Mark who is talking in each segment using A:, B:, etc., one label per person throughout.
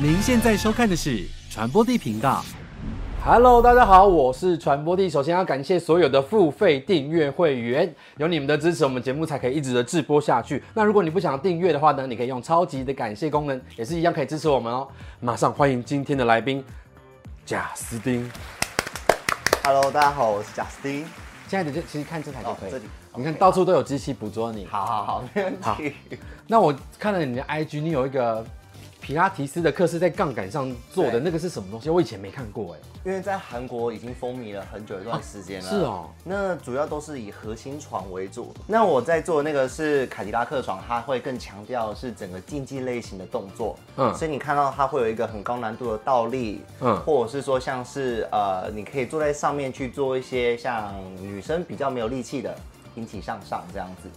A: 您现在收看的是传播地频道。
B: Hello，大家好，我是传播帝。首先要感谢所有的付费订阅会员，有你们的支持，我们节目才可以一直的直播下去。那如果你不想订阅的话呢，你可以用超级的感谢功能，也是一样可以支持我们哦。马上欢迎今天的来宾贾斯汀。
C: Hello，大家好，我是贾斯汀。
B: 现在的这其实看这台就可以，
C: 哦这里
B: 你看
C: OK，
B: 到处都有机器捕捉你。
C: 好好好，没问题。
B: 那我看了你的 IG，你有一个皮拉提斯的课是在杠杆上做的，
C: 对
B: 那个是什么东西？我以前没看过哎。
C: 因为在韩国已经风靡了很久一段时间了、
B: 啊是哦。
C: 那主要都是以核心床为主。那我在做的那个是凯迪拉克床，它会更强调是整个竞技类型的动作。
B: 嗯
C: 嗯，所以你看到它会有一个很高难度的倒立，
B: 嗯
C: 嗯，或者是说像是呃，你可以坐在上面去做一些像女生比较没有力气的引体向上这样子。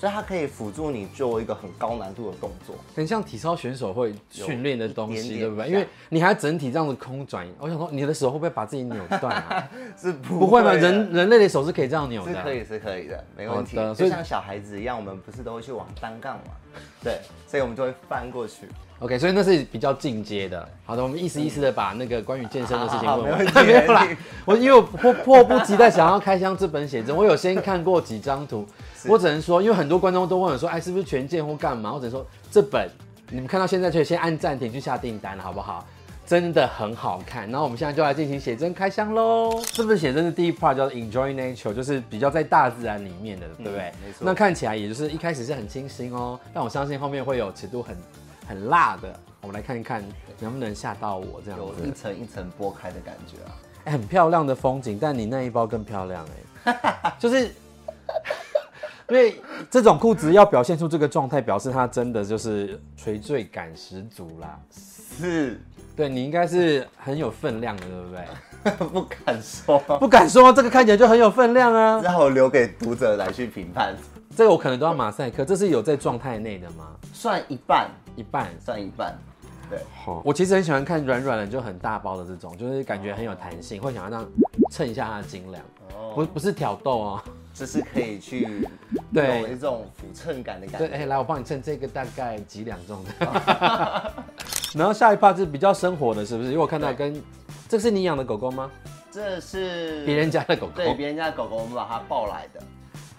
C: 所以它可以辅助你做一个很高难度的动作。
B: 很像体操选手会训练的东
C: 有一
B: 西，
C: 点
B: 对
C: 点
B: 不对？
C: 像
B: 因为你还要整体这样子空转，我想说你的手会不会把自己扭断啊？
C: 是 不
B: 不会吧？
C: 的
B: 人人类的手是可以这样扭
C: 是
B: 的啊，
C: 可以，是可以的，没问题
B: 好的。所
C: 就
B: 以
C: 像小孩子一样，我们不是都会去玩单杠嘛？对，所以我们就会翻过去。
B: OK，所以那是比较进阶的。好的，我们一丝一丝的把那个关于健身的事情
C: 好
B: 问
C: 好
B: 完
C: 没问。题
B: 没有啦
C: 没问题，
B: 我因为我迫迫不及待想要开箱这本写真，我有先看过几张图，我只能说，因为很多观众都问我说，哎，是不是全健或干嘛？我只能说这本你们看到现在就先按暂停去下订单了，好不好？真的很好看，然后我们现在就来进行写真开箱喽。这本写真的第一 part 叫做 Enjoy Nature，就是比较在大自然里面的，对不对？
C: 嗯没错
B: 那看起来也就是一开始是很清新哦，但我相信后面会有尺度很很辣的。我们来看一看能不能吓到我这样
C: 有一
B: 子。
C: 层一层剥开的感觉啊。
B: 哎、很漂亮的风景，但你那一包更漂亮哎、就是因为这种裤子要表现出这个状态，表示它真的就是垂坠感十足啦。
C: 是，
B: 对你应该是很有分量的，对不对？
C: 不敢说，
B: 不敢说这个看起来就很有分量啊
C: 只。好留给读者来去评判。
B: 这个我可能都要马赛克，这是有在状态内的吗？
C: 算一半，
B: 一半。
C: 算一半。对，
B: 我其实很喜欢看软软的就很大包的这种，就是感觉很有弹性，会想要让衬一下它的斤两，不不是挑逗 哦。
C: 就是可以去
B: 对
C: 有一种俯衬感的感
B: 对，
C: 觉。
B: 哎、来我帮你称这个大概几两重的。 然后下一趴是比较生活的，是不是？因为我看到跟这是你养的狗狗吗？
C: 这是
B: 别人家的狗狗。
C: 对别人家的狗狗，我们把它抱来的。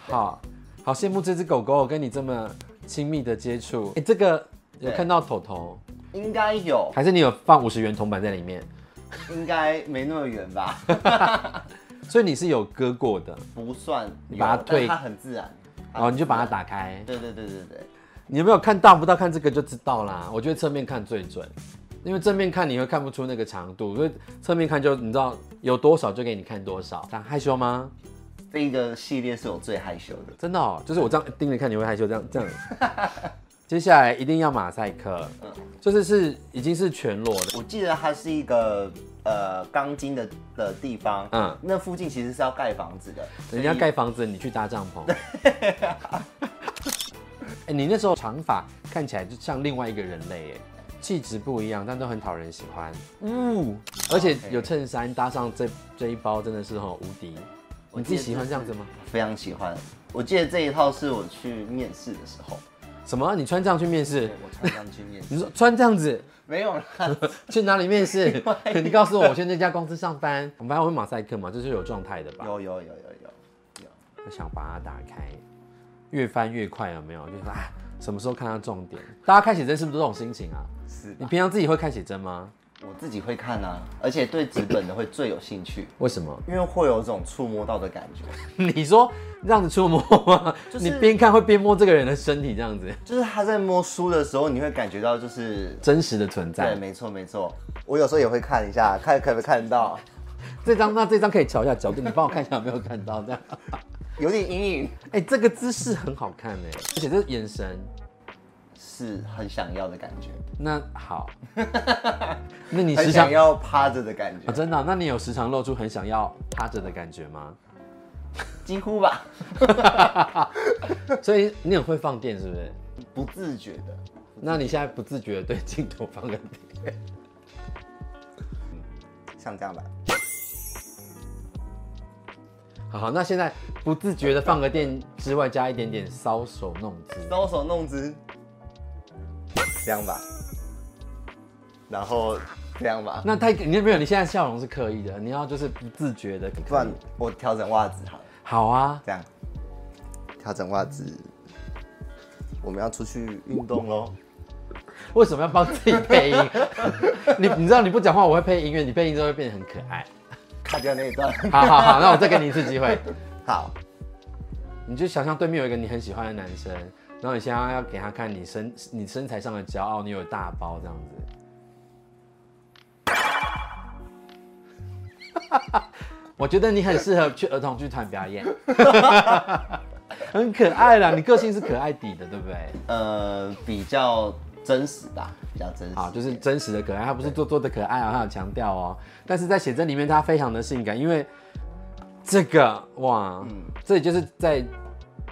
B: 好好羡慕这只狗狗，跟你这么亲密的接触。哎、这个有
C: 对
B: 看到头头，
C: 应该有，
B: 还是你有放五十元铜板在里面？
C: 应该没那么远 吧？
B: 所以你是有割过的，
C: 不算，
B: 你把它
C: 有
B: 退
C: 但它很自然。
B: 然后你就把它打
C: 打。
B: 开。
C: 对对对对对，
B: 你有没有看大不大？看这个就知道啦。我觉得侧面看最准，因为正面看你会看不出那个长度，所以侧面看就你知道有多少就给你看多少。啊害羞吗？
C: 这一个系列是我最害羞的。
B: 真的哦，就是我这样盯着看你会害羞，这样 这样。接下来一定要马赛克，就是是已经是全裸的，
C: 我记得它是一个呃钢筋的的地方，
B: 嗯
C: 嗯，那附近其实是要盖房子的，
B: 人家
C: 所以
B: 盖房子你去搭帐 篷。哎、你那时候长发看起来就像另外一个人类哎，气质不一样，但都很讨人喜欢。嗯，而且有衬衫搭上这这一包，真的是很无敌。你自己喜欢这样子吗？
C: 非常喜欢。我记得这一套是我去面试的时候，
B: 什么？你穿这样去面试
C: 对？我穿上去面试，
B: 你说穿这样子
C: 没有啦，
B: 去哪里面 试？你告诉我，我去那家公司上班。我们还会马赛克嘛？这是有状态的吧？
C: 有有有有有，
B: 我想把它打开，越翻越快，有没有？就是啊，什么时候看到重点？大家看写真是不是都这种心情啊？
C: 是
B: 你平常自己会看写真吗？
C: 我自己会看啊，而且对纸本的会最有兴趣，
B: 为什么？
C: 因为会有一种触摸到的感觉，
B: 你说这样子触摸吗？
C: 就是
B: 你边看会边摸这个人的身体，这样子
C: 就是他在摸书的时候，你会感觉到就是。
B: 真实的存
C: 对，
B: 在。
C: 没错没错，我有时候也会看一下，看可不可以看到，
B: 这张那这张可以瞧一下角度，你帮我看一下有没有看到这 样。
C: 有点阴影，
B: 哎、这个姿势很好看哎，而且这眼神。
C: 是很想要的感觉，
B: 那 好，那你
C: 很
B: 时常
C: 想要趴着的感觉
B: 啊，真的啊、那你有时常露出很想要趴着的感觉吗？
C: 几乎吧，
B: 所以你很会放电是不是？
C: 不自觉的。
B: 那你现在不自觉的对镜头放个电，
C: 像这样吧，
B: 好好，那现在不自觉的放个电之外，加一点点搔首弄姿。
C: 搔首弄姿，这样吧，然后这样吧。
B: 那太你没有，你现在笑容是刻意的，你要就是不自觉的。
C: 不然我调整袜子好了，
B: 好啊，
C: 这样调整袜子。我们要出去运动喽。
B: 为什么要帮自己配音？ 你你知道你不讲话我会配音乐，你配音就会变得很可爱。
C: 卡掉那一段。
B: 好好好，那我再给你一次机会，
C: 好，
B: 你就想象对面有一个你很喜欢的男生，然后你现在要给他看你身你身材上的骄傲，你有大包这样子。 我觉得你很适合去儿童剧团表演， 很可爱啦，你个性是可爱底的，对不对？
C: 呃，比较真实吧，比较真实。
B: 好，就是真实的可爱，它不是做作的可爱啊，它有强调哦。但是在写真里面，它非常的性感，因为这个哇，这里就是在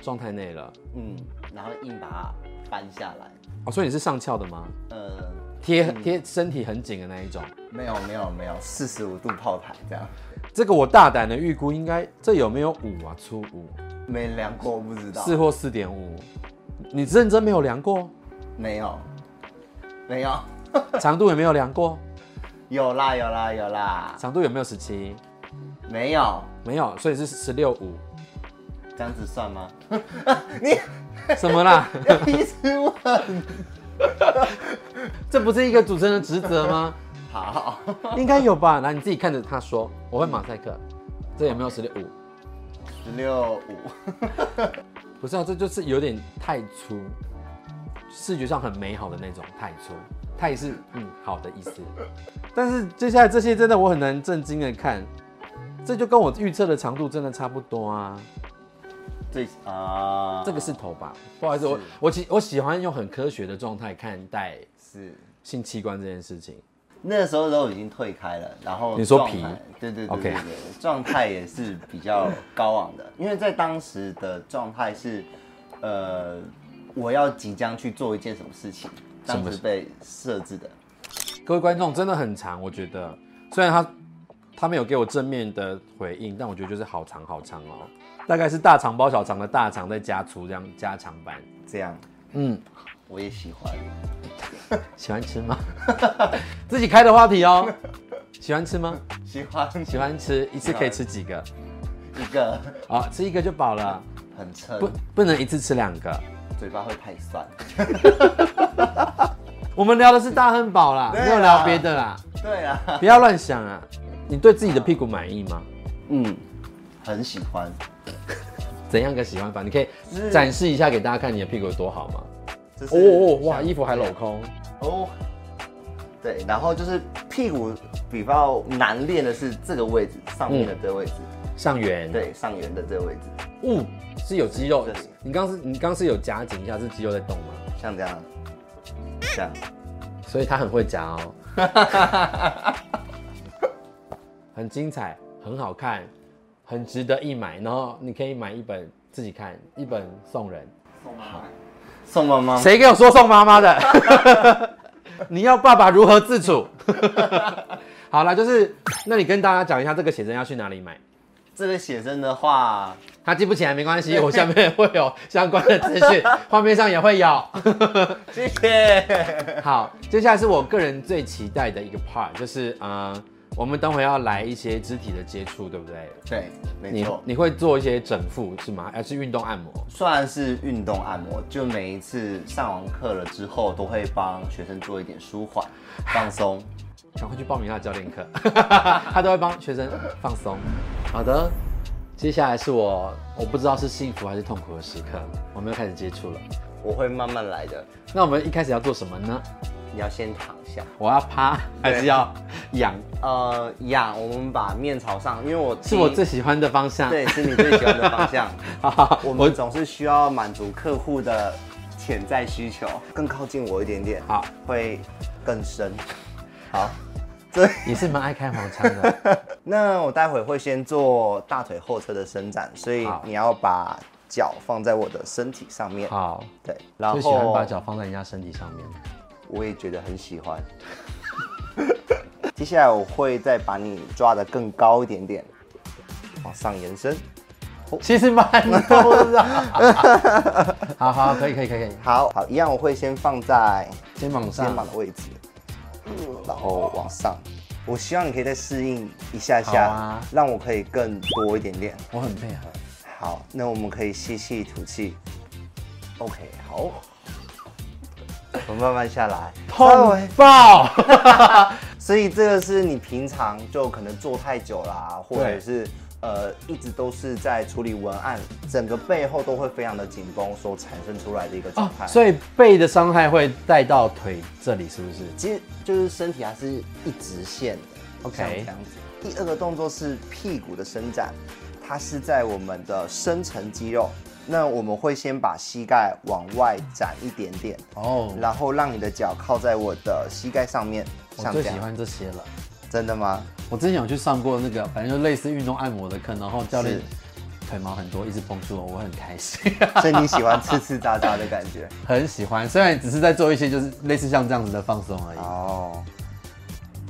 B: 状态内了
C: 嗯，然后硬把它搬下来。
B: 哦。所以你是上翘的吗？
C: 呃，
B: 贴贴身体很紧的那一种。
C: 没有没有没有，四十五度炮台这样，
B: 这个我大胆的预估，应该这有没有五啊？粗五
C: 没量过，我不知道。
B: 四或四点五，你认真没有量过，
C: 没有，没有，
B: 长度也没有量过，
C: 有啦有啦有啦，
B: 长度有没有十七？
C: 没有，
B: 没有，所以是十六五，
C: 这样子算吗？ 你
B: 什么啦？
C: 逼死我！
B: 这不是一个主持人的职责吗？
C: 好，
B: 应该有吧？来，你自己看着他说，我会马赛克。这有没有十六五？
C: 十六五，
B: 不是啊，这就是有点太粗，视觉上很美好的那种太粗，太是嗯好的意思。但是接下来这些真的我很难震惊的看，这就跟我预测的长度真的差不多啊。
C: 最啊、
B: 这个是头吧？不好意思，我
C: 是
B: 我喜我喜欢用很科学的状态看待
C: 是
B: 性器官这件事情。
C: 那时候都已经退开了，然后
B: 你说
C: 状态
B: 皮
C: 对对对
B: OK
C: 对对，状态也是比较高昂的，因为在当时的状态是，呃，我要即将去做一件什么事情，
B: 什么
C: 当时被设置的，
B: 各位观众真的很长，我觉得虽然他他没有给我正面的回应，但我觉得就是好长好长哦，大概是大肠包小肠的大肠再加粗这样加长版。
C: 这样
B: 嗯，
C: 我也喜欢，
B: 喜欢吃吗？ 自己开的话题 哦。喜欢吃吗？
C: 喜欢
B: 喜欢吃，一次可以吃几个？
C: 一个
B: 啊、吃一个就饱了，
C: 很撑，
B: 不不能一次吃两个。
C: 嘴巴会太酸，
B: 我们聊的是大汉堡啦，
C: 对啊
B: 没有聊别的啦，
C: 对啊，
B: 不要乱想啊。你对自己的屁股满意吗？
C: 嗯，很喜欢，
B: 怎样个喜欢法？你可以
C: 是
B: 展示一下给大家看你的屁股有多好吗？
C: 这是
B: 哦哦哇，衣服还镂空。
C: 哦，对，然后就是屁股比较难练的是这个位置，上面的
B: 嗯
C: 这个位置，
B: 上缘，，
C: 对，上缘的这个位置，
B: 雾是有肌肉
C: 这里。
B: 你刚是，你刚是有夹紧一下，是肌肉在动吗？
C: 像这样，这样，
B: 所以他很会夹 哦，很精彩，很好看，很值得一买。然后你可以买一本自己看，一本送人。
C: 宋妈妈，
B: 谁给我说送妈妈的？ 你要爸爸如何自处？ 好啦，就是，那你跟大家讲一下这个写真要去哪里买。
C: 这个写真的话，
B: 他记不起来没关系，我下面会有相关的资讯，画面上也会有。
C: 谢 谢，
B: 好，接下来是我个人最期待的一个 part，就是呃，我们等会要来一些肢体的接触，对不对？
C: 对，没
B: 你
C: 错，
B: 你会做一些整腹是吗？呃还是运动按摩？
C: 虽然是运动按摩，就每一次上完课了之后，都会帮学生做一点舒缓、放松。
B: 赶快去报名他的教练 课，他都会帮学生放松。好的，接下来是我我不知道是幸福还是痛苦的时刻，我们要开始接触了。
C: 我会慢慢来的，
B: 那我们一开始要做什么呢？
C: 你要先躺下。
B: 我要趴还是要仰？
C: 呃，仰，我们把面朝上，因为我
B: 是我
C: 第一
B: 最喜欢的方向。
C: 对，是你最喜欢的方向。
B: 好，好好
C: 我们总是需要满足客户的潜在需求，更靠近我一点点，
B: 好，
C: 会更深。好，这
B: 也是蛮爱开黄腔 的。
C: 那我待会会先做大腿后侧的伸展，所以
B: 好
C: 你要把脚放在我的身体上面。
B: 好。
C: 对，然
B: 就喜欢把
C: 后
B: 脚放在人家身体上面。
C: 我也觉得很喜欢。 接下来我会再把你抓得更高一点点，往上延伸。
B: 其实蛮多的啊。 好好，可以可以可以可以，
C: 好好，一样我会先放在
B: 肩膀
C: 肩膀
B: 上
C: 的位置。嗯然后往上。我希望你可以再适应一下
B: 好
C: 下，
B: 啊
C: 让我可以更多一点点。
B: 我很配合。
C: 好，那我们可以吸气吐气。OK，好，我们慢慢下来，稍微
B: 痛爆！
C: 所以这个是你平常就可能做太久啦、或者是呃一直都是在处理文案，整个背后都会非常的紧绷所产生出来的一个状 态、
B: 所以背的伤害会带到腿这里，是不是？
C: 其实就是身体还是一直线的
B: OK
C: 像这样子。第二个动作是屁股的伸展，它是在我们的深层肌肉。那我们会先把膝盖往外展一点点，
B: 哦，
C: 然后让你的脚靠在我的膝盖上面，
B: 我
C: 像
B: 最
C: 这
B: 喜
C: 样。
B: 欢这些了。
C: 真的吗？
B: 我之前有去上过那个，反正就类似运动按摩的课，然后教练
C: 是
B: 腿毛很多，一直蹦出我，我很开心，
C: 所以你喜欢刺刺扎扎的感觉？
B: 很喜欢。虽然只是在做一些就是类似像这样子的放松而已。
C: 哦，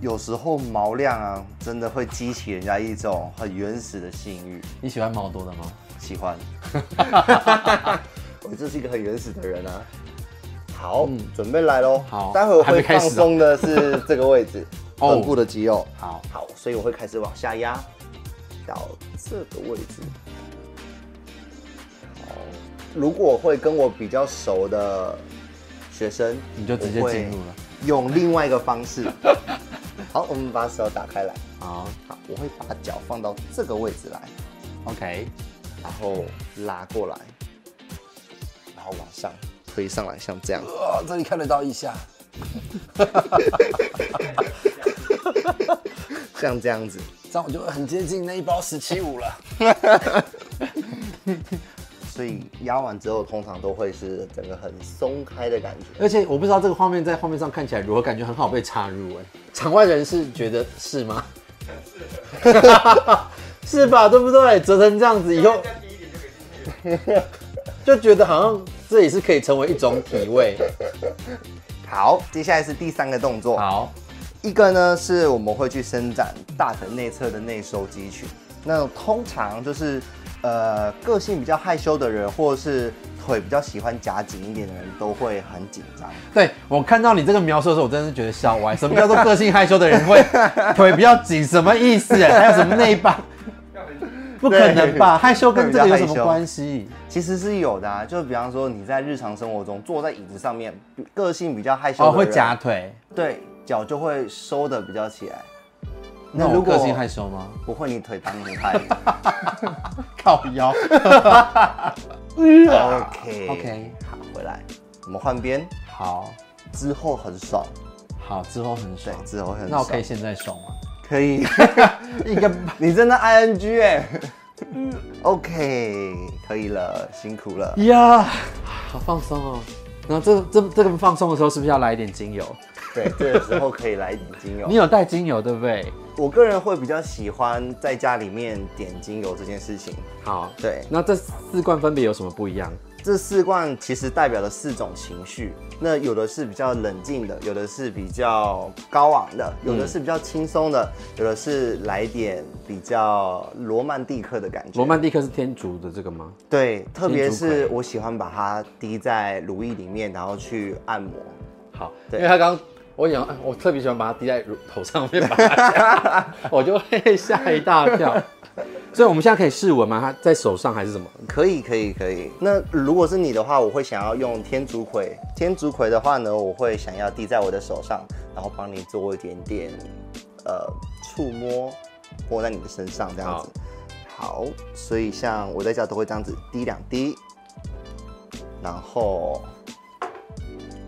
C: 有时候毛量啊，真的会激起人家一种很原始的性欲。
B: 你喜欢毛多的吗？
C: 喜欢。 我就是一个很原始的人啊。好，准备来喽。
B: 嗯好
C: 待会儿
B: 还没
C: 会
B: 开
C: 放
B: 始啊
C: 松的是这个位置，
B: 哦
C: 臀部的肌肉。
B: 好，
C: 好，所以我会开始往下压，到这个位置。好，如果会跟我比较熟的学生，
B: 你就直接进入了。
C: 用另外一个 方式。好，我们把手打开来。
B: 好
C: 好，我会把脚放到这个位置来。
B: ，OK，
C: 然后拉过来，然后往上推上来，像这样。
B: 哦，这里看得到一下。呃
C: 像这样子。
B: 这样我就很接近那一包十七五了。
C: 所以压完之后，通常都会是整个很松开的感觉。
B: 而且我不知道这个画面在画面上看起来如何，感觉很好被插入哎、场外人士觉得是吗？ 是，是吧？对不对？折成这样子以后， 就觉得好像这也是可以成为一种体位。
C: 好，接下来是第三个动作。
B: 好，
C: 一个呢是我们会去伸展大腿内侧的内收肌群，那通常就是呃个性比较害羞的人，或者是腿比较喜欢夹紧一点的人，都会很紧张。
B: 对我看到你这个描述的时候，我真的是觉得笑歪。什么叫做个性害羞的人 会腿比较紧？什么意思？啊还有什么内八？不可能吧？
C: 对
B: 害羞跟这个有什
C: 会比
B: 么
C: 较害羞
B: 关系？
C: 其实是有的、啊，就比方说你在日常生活中坐在椅子上面，个性比较害羞的
B: 哦，
C: 人，啊
B: 会夹腿。
C: 对，脚就会收的比较起来。
B: 那
C: 那
B: 我
C: 如果
B: 个性害羞吗？
C: 不会，你腿盘很开。
B: 靠腰。
C: OK
B: 啊 OK
C: 好，回来，我们换边
B: 好
C: 之后很爽，
B: 好，之后很
C: 对
B: 爽，。
C: 之后很爽。
B: 那我可以现在爽吗？
C: 可以，
B: 一个
C: 你真的 ING 哎、OK，可以了，辛苦了。
B: 呀，好放松哦。然后这这这个放松的时候，是不是要来一点精油？
C: 对，这个时候可以来一点精油
B: 你。有带精油对不对？
C: 我个人会比较喜欢在家里面点精油这件事情。
B: 好，
C: 对，
B: 那这四罐分别有什么不一样？
C: 这四罐其实代表了四种情绪，那有的是比较冷静的，有的是比较高昂的，有
B: 嗯
C: 的是比较轻松的，有的是来点比较罗曼蒂克的感觉。
B: 罗曼蒂克是天竺的这个吗？
C: 对，特别
B: 天
C: 是
B: 竺
C: 我喜欢把它滴在乳液里面，然后去按摩。
B: 好，因
C: 对
B: 为他刚刚我想，哎我特别喜欢把它滴在乳头上面，把 它我就会吓一大 跳。所以我们现在可以试闻吗？它在手上还是什么？
C: 可以，可以，可以。那如果是你的话，我会想要用天竺葵。天竺葵的话呢，我会想要滴在我的手上，然后帮你做一点点呃触摸，摸在你的身上这样子。好，所以像我在家都会这样子滴两滴，然后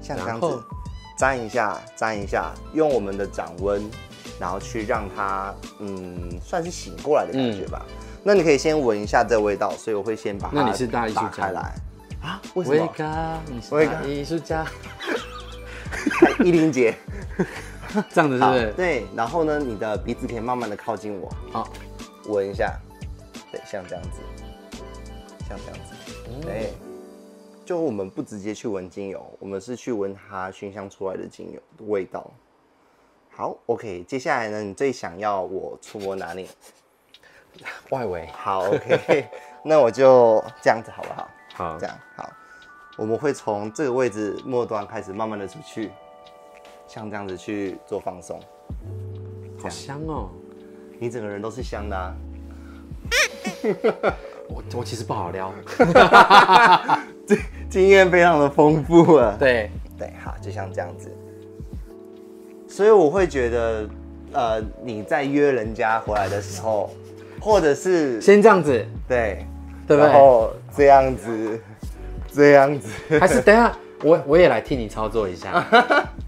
C: 像这样
B: 然
C: 子
B: 后
C: 沾一下，沾一下，用我们的掌温，然后去让它嗯算是醒过来的感觉吧。那你可以先闻一下这味道，所以我会先把它
B: 那你是大艺术家
C: 打开来啊？为什
B: 威
C: 么？
B: 嘎，你是
C: 威
B: 大
C: 嘎
B: 艺术家，
C: 依琳姐，
B: 这样子是
C: 好
B: 不是？
C: 对，然后呢，你的鼻子可以慢慢的靠近我，
B: 好，
C: 闻一下，对，像这样子，像这样
B: 哦
C: 子，对。就我们不直接去闻精油，我们是去闻它熏香出来的精油的味道。好，OK，接下来呢，你最想要我触摸哪里？
B: 外围。
C: 好，OK，那我就这样子好不好？
B: 好
C: 这样好，我们会从这个位置末端开始慢慢的出去，像这样子去做放松，
B: 好香哦！
C: 你整个人都是香的、啊。
B: 我我其实不好 撩，
C: 经验非常的丰富啊。
B: 对，
C: 对，好，就像这样子。所以我会觉得，呃，你在约人家回来的时候，或者是
B: 先这样子，
C: 对，
B: 对不
C: 然
B: 对？
C: 后这样子，这样子，
B: 还是等一下我我也来替你操作一 下，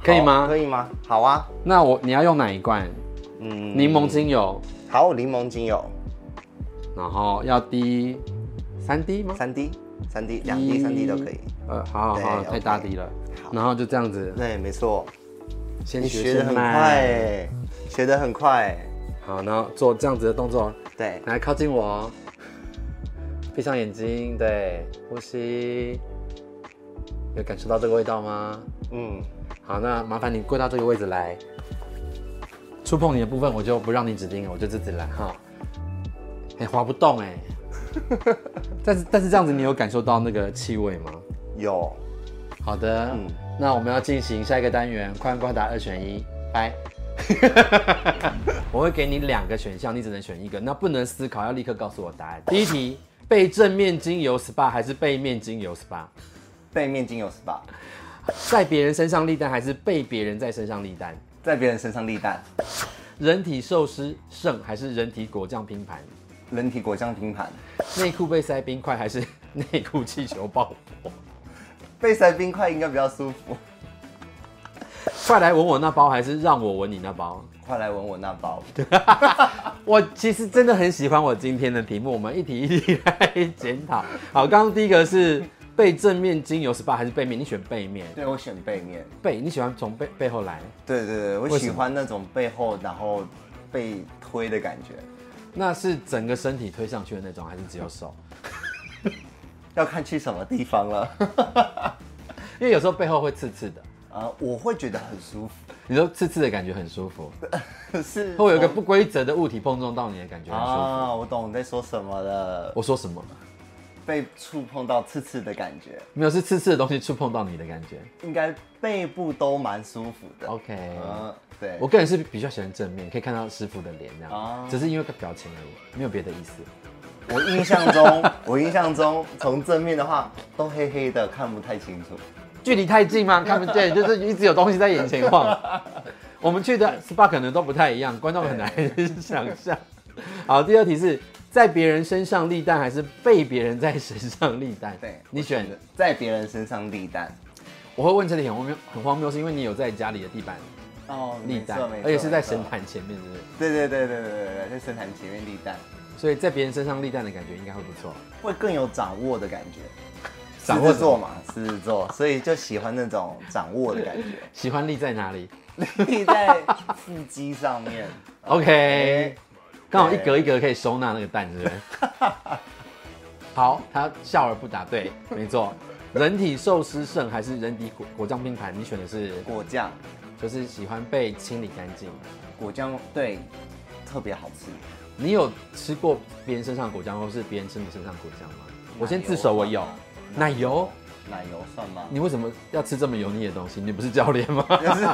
B: 可以
C: 好
B: 吗
C: 哦可？以吗？好啊，
B: 那我你要用哪一罐？
C: 嗯，
B: 柠檬精油，
C: 好，柠檬精油
B: 然后要滴三滴吗？
C: 三滴、三滴、两滴、三滴都可以。
B: 呃，好好
C: 对
B: 好，
C: ，OK
B: 太大滴了
C: 好。
B: 然后就这样子，
C: 对，没错，
B: 先
C: 你
B: 学
C: 学的
B: 先
C: 很快
B: 慢
C: 欸，学的很快欸。
B: 好，然后做这样子的动作，
C: 对，
B: 来靠近我哦，闭上眼睛，对，呼吸，有感受到这个味道吗？
C: 嗯，
B: 好，那麻烦你跪到这个位置来。触碰你的部分，我就不让你指定了，我就自己来哈。哎、滑不动哎、但是但是这样子，你有感受到那个气味吗？
C: 有，
B: 好的，
C: 嗯
B: 那我们要进行下一个单元，快问快答二选一，拜。我会给你两个选项，你只能选一个，那不能思考，要立刻告诉我答案。第一题，背正面精油 SPA 还是背面精油 SPA？
C: 背面精油 SPA，
B: 在别人身上立蛋还是被别人在身上立蛋？
C: 在别人身上立蛋，
B: 人体寿司剩还是人体果酱拼盘？
C: 人体果酱拼盘，
B: 内裤被塞冰块还是内裤气球爆？
C: 被塞冰块应该比较舒服。
B: 快来吻我那包还是让我吻你那包？
C: 快来闻我那包，
B: 我其实真的很喜欢我今天的题目，我们一题一题来检讨。好，刚刚第一个是背正面精油 SPA 还是背面？你选背面，
C: 对我选背面。
B: 背你喜欢从背背后来。
C: 对对对，我
B: 为什
C: 喜
B: 么
C: 欢那种背后然后被推的感觉，
B: 那是整个身体推上去的那种，还是只有手？
C: 要看去什么地方了。
B: 因为有时候背后会刺刺的，
C: 啊，我会觉得很舒服，
B: 你说刺刺的感觉很舒服，
C: 是
B: 会有一个不规则的物体碰撞到你的感觉很舒服。
C: 啊，我懂你在说什么了，
B: 我说什么？
C: 被触碰到刺刺的感觉，
B: 没有，是刺刺的东西触碰到你的感觉。
C: 应该背部都蛮舒服的。
B: OK，、
C: 嗯，对，
B: 我个人是比较喜欢正面，可以看到师傅的脸这样，
C: 哦
B: 只是因为个表情而已，没有别的意思。
C: 我印象中， 我印象中从正面的话都黑黑的，看不太清楚。
B: 距离太近 嘛，看不见，就是一直有东西在眼前晃。 我们去的 SPA 可能都不太一样，观众很难 想象。好，第二题是在别人身上立蛋还是被别人在身上立蛋？
C: 对，
B: 你
C: 我
B: 选的。
C: 在别人身上立蛋。
B: 我会问这题很荒谬，很荒谬，是因为你有在家里的地板
C: 哦，
B: 立
C: 没
B: 蛋
C: 错没，错
B: 而且是在
C: 没错
B: 神坛前面，是不是？
C: 对对对对对对对，在神坛前面立蛋，
B: 所以在别人身上立蛋的感觉应该会不错。
C: 会更有掌握的感觉。
B: 掌握
C: 狮子座嘛，狮子座，所以就喜欢那种掌握的感 觉，
B: 喜欢立在哪里
C: 立在腹肌上面。
B: ？OK，
C: 哎
B: 刚好一格一格可以收纳那个蛋，是不是？ 好，他笑而不答，对，没错。人体寿司剩还是人体果果酱拼盘？你选的是，
C: 果酱，
B: 就是喜欢被清理干净。
C: 果酱对，特别好吃。
B: 你有吃过别人身上的果酱，或是别人吃你身上的果酱吗？我先自首，我有。奶
C: 啊
B: 油，
C: 奶油算吗？
B: 你为什么要吃这么油腻的东西？你不是教练 吗？
C: 就是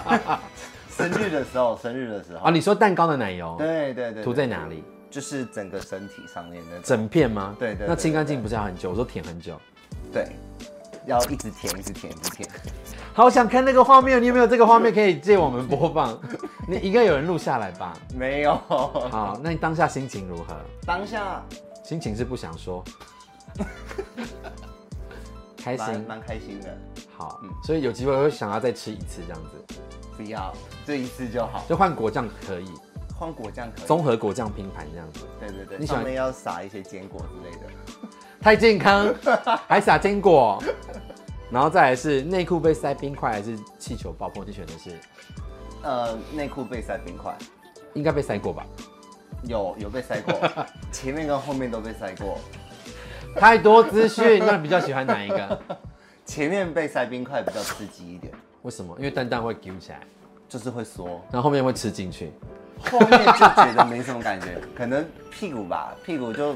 C: 生日的时候，生日的时候
B: 啊，你说蛋糕的奶油
C: 对对对，
B: 涂在
C: 对
B: 哪里？
C: 就是整个身体上面的，
B: 整片吗？
C: 对对对
B: 那清干净不是要很久？我说舔很久。
C: 对，要一直舔，一直舔，一直舔。
B: 好想看那个画面，你有没有这个画面可以借我们播放？ 你应该有人录下来吧？
C: 没有，
B: 好，那你当下心情如何？
C: 当下
B: 心情是不想说，开
C: 蛮
B: 心，
C: 蛮开心的，
B: 好
C: 嗯，
B: 所以有机会会想要再吃一次这样子，
C: 不要这一次就好，
B: 就换果酱可以，
C: 换果酱可以。
B: 综合果酱拼盘这样子，
C: 对对对，
B: 你喜欢
C: 上面要撒一些坚果之类的。
B: 太健康，还撒坚果，然后再来是内裤被塞冰块还是气球爆破？你选的是
C: 呃，内裤被塞冰块，
B: 应该被塞过吧？
C: 有有被塞过， 前面跟后面都被塞过，
B: 太多资讯，那你比较喜欢哪一个？
C: 前面被塞冰块比较刺激一点，
B: 为什么？因为蛋蛋会揪起来，
C: 就是会缩。
B: 然后后面会吃进去，
C: 后 面就觉得没什么感觉，可能屁股吧，屁股就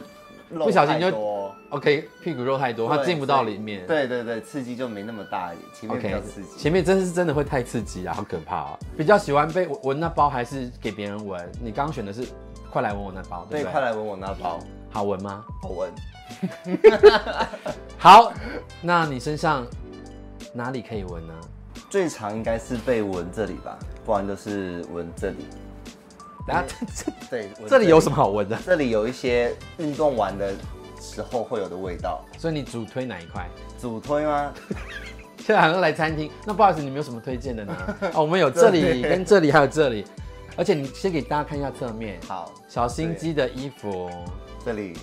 C: 肉
B: 不小心就
C: 太多
B: OK，屁股肉太多，它进不到里面。
C: 对对对，刺激就没那么大，前面比较
B: ，OK，
C: 刺激。
B: 前面真是真的会太刺激啊，好可怕啊！比较喜欢被闻闻那包还是给别人闻？你刚刚选的是快来闻我那包，对
C: 对，
B: 不对？
C: 快来闻我那包，
B: 好闻吗？
C: 好闻。
B: 好，那你身上哪里可以闻呢？
C: 最长应该是被闻这里吧，不然就是闻这里。
B: 等下，啊这
C: 对，哎闻
B: 这这里有什
C: 么？
B: 么好闻的？
C: 这里有一些运动完的时候会有的味道。
B: 所以你主推哪一块？
C: 主推吗？
B: 现在好像来餐厅，那不好意思，你们有什么推荐的呢？ 哦，我们有这里跟这里还有这里，而且你先给大家看一下侧面，
C: 好，
B: 小心机的衣服。
C: 这里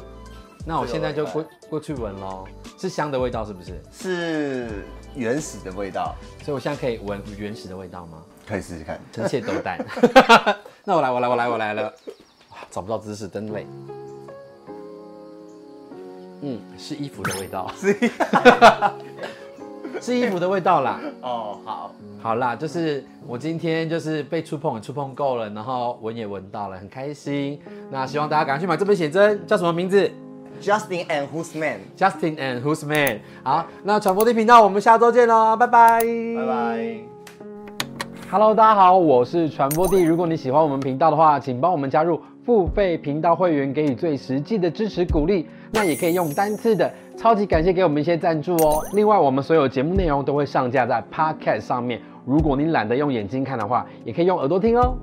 B: 那我现在就
C: 这个我
B: 过过去闻喽，是香的味道是不是？
C: 是原始的味道，
B: 所以我现在可以闻原始的味道 吗？
C: 可以试 试看。
B: 臣妾斗胆。那我来，我来，我来，我来了。哇找不到姿势，真累。嗯，是衣服的味道， 是衣服的味道啦。
C: 哦，好，
B: 好啦，就是我今天就是被触碰，触碰够了，然后闻也闻到了，很开心。那希望大家赶快去买这本写真，叫什么名字
C: Justin and Who's Man，
B: ？Justin and Who's Man。好，那传播地频道，我们下周见喽，拜拜，
C: 拜拜。
B: Hello，大家好，我是传播帝。如果你喜欢我们频道的话，请帮我们加入付费频道会员，给予最实际的支持鼓励。那也可以用单次的，超级感谢给我们一些赞助哦。另外，我们所有节目内容都会上架在 Podcast 上面，如果你懒得用眼睛看的话，也可以用耳朵听哦。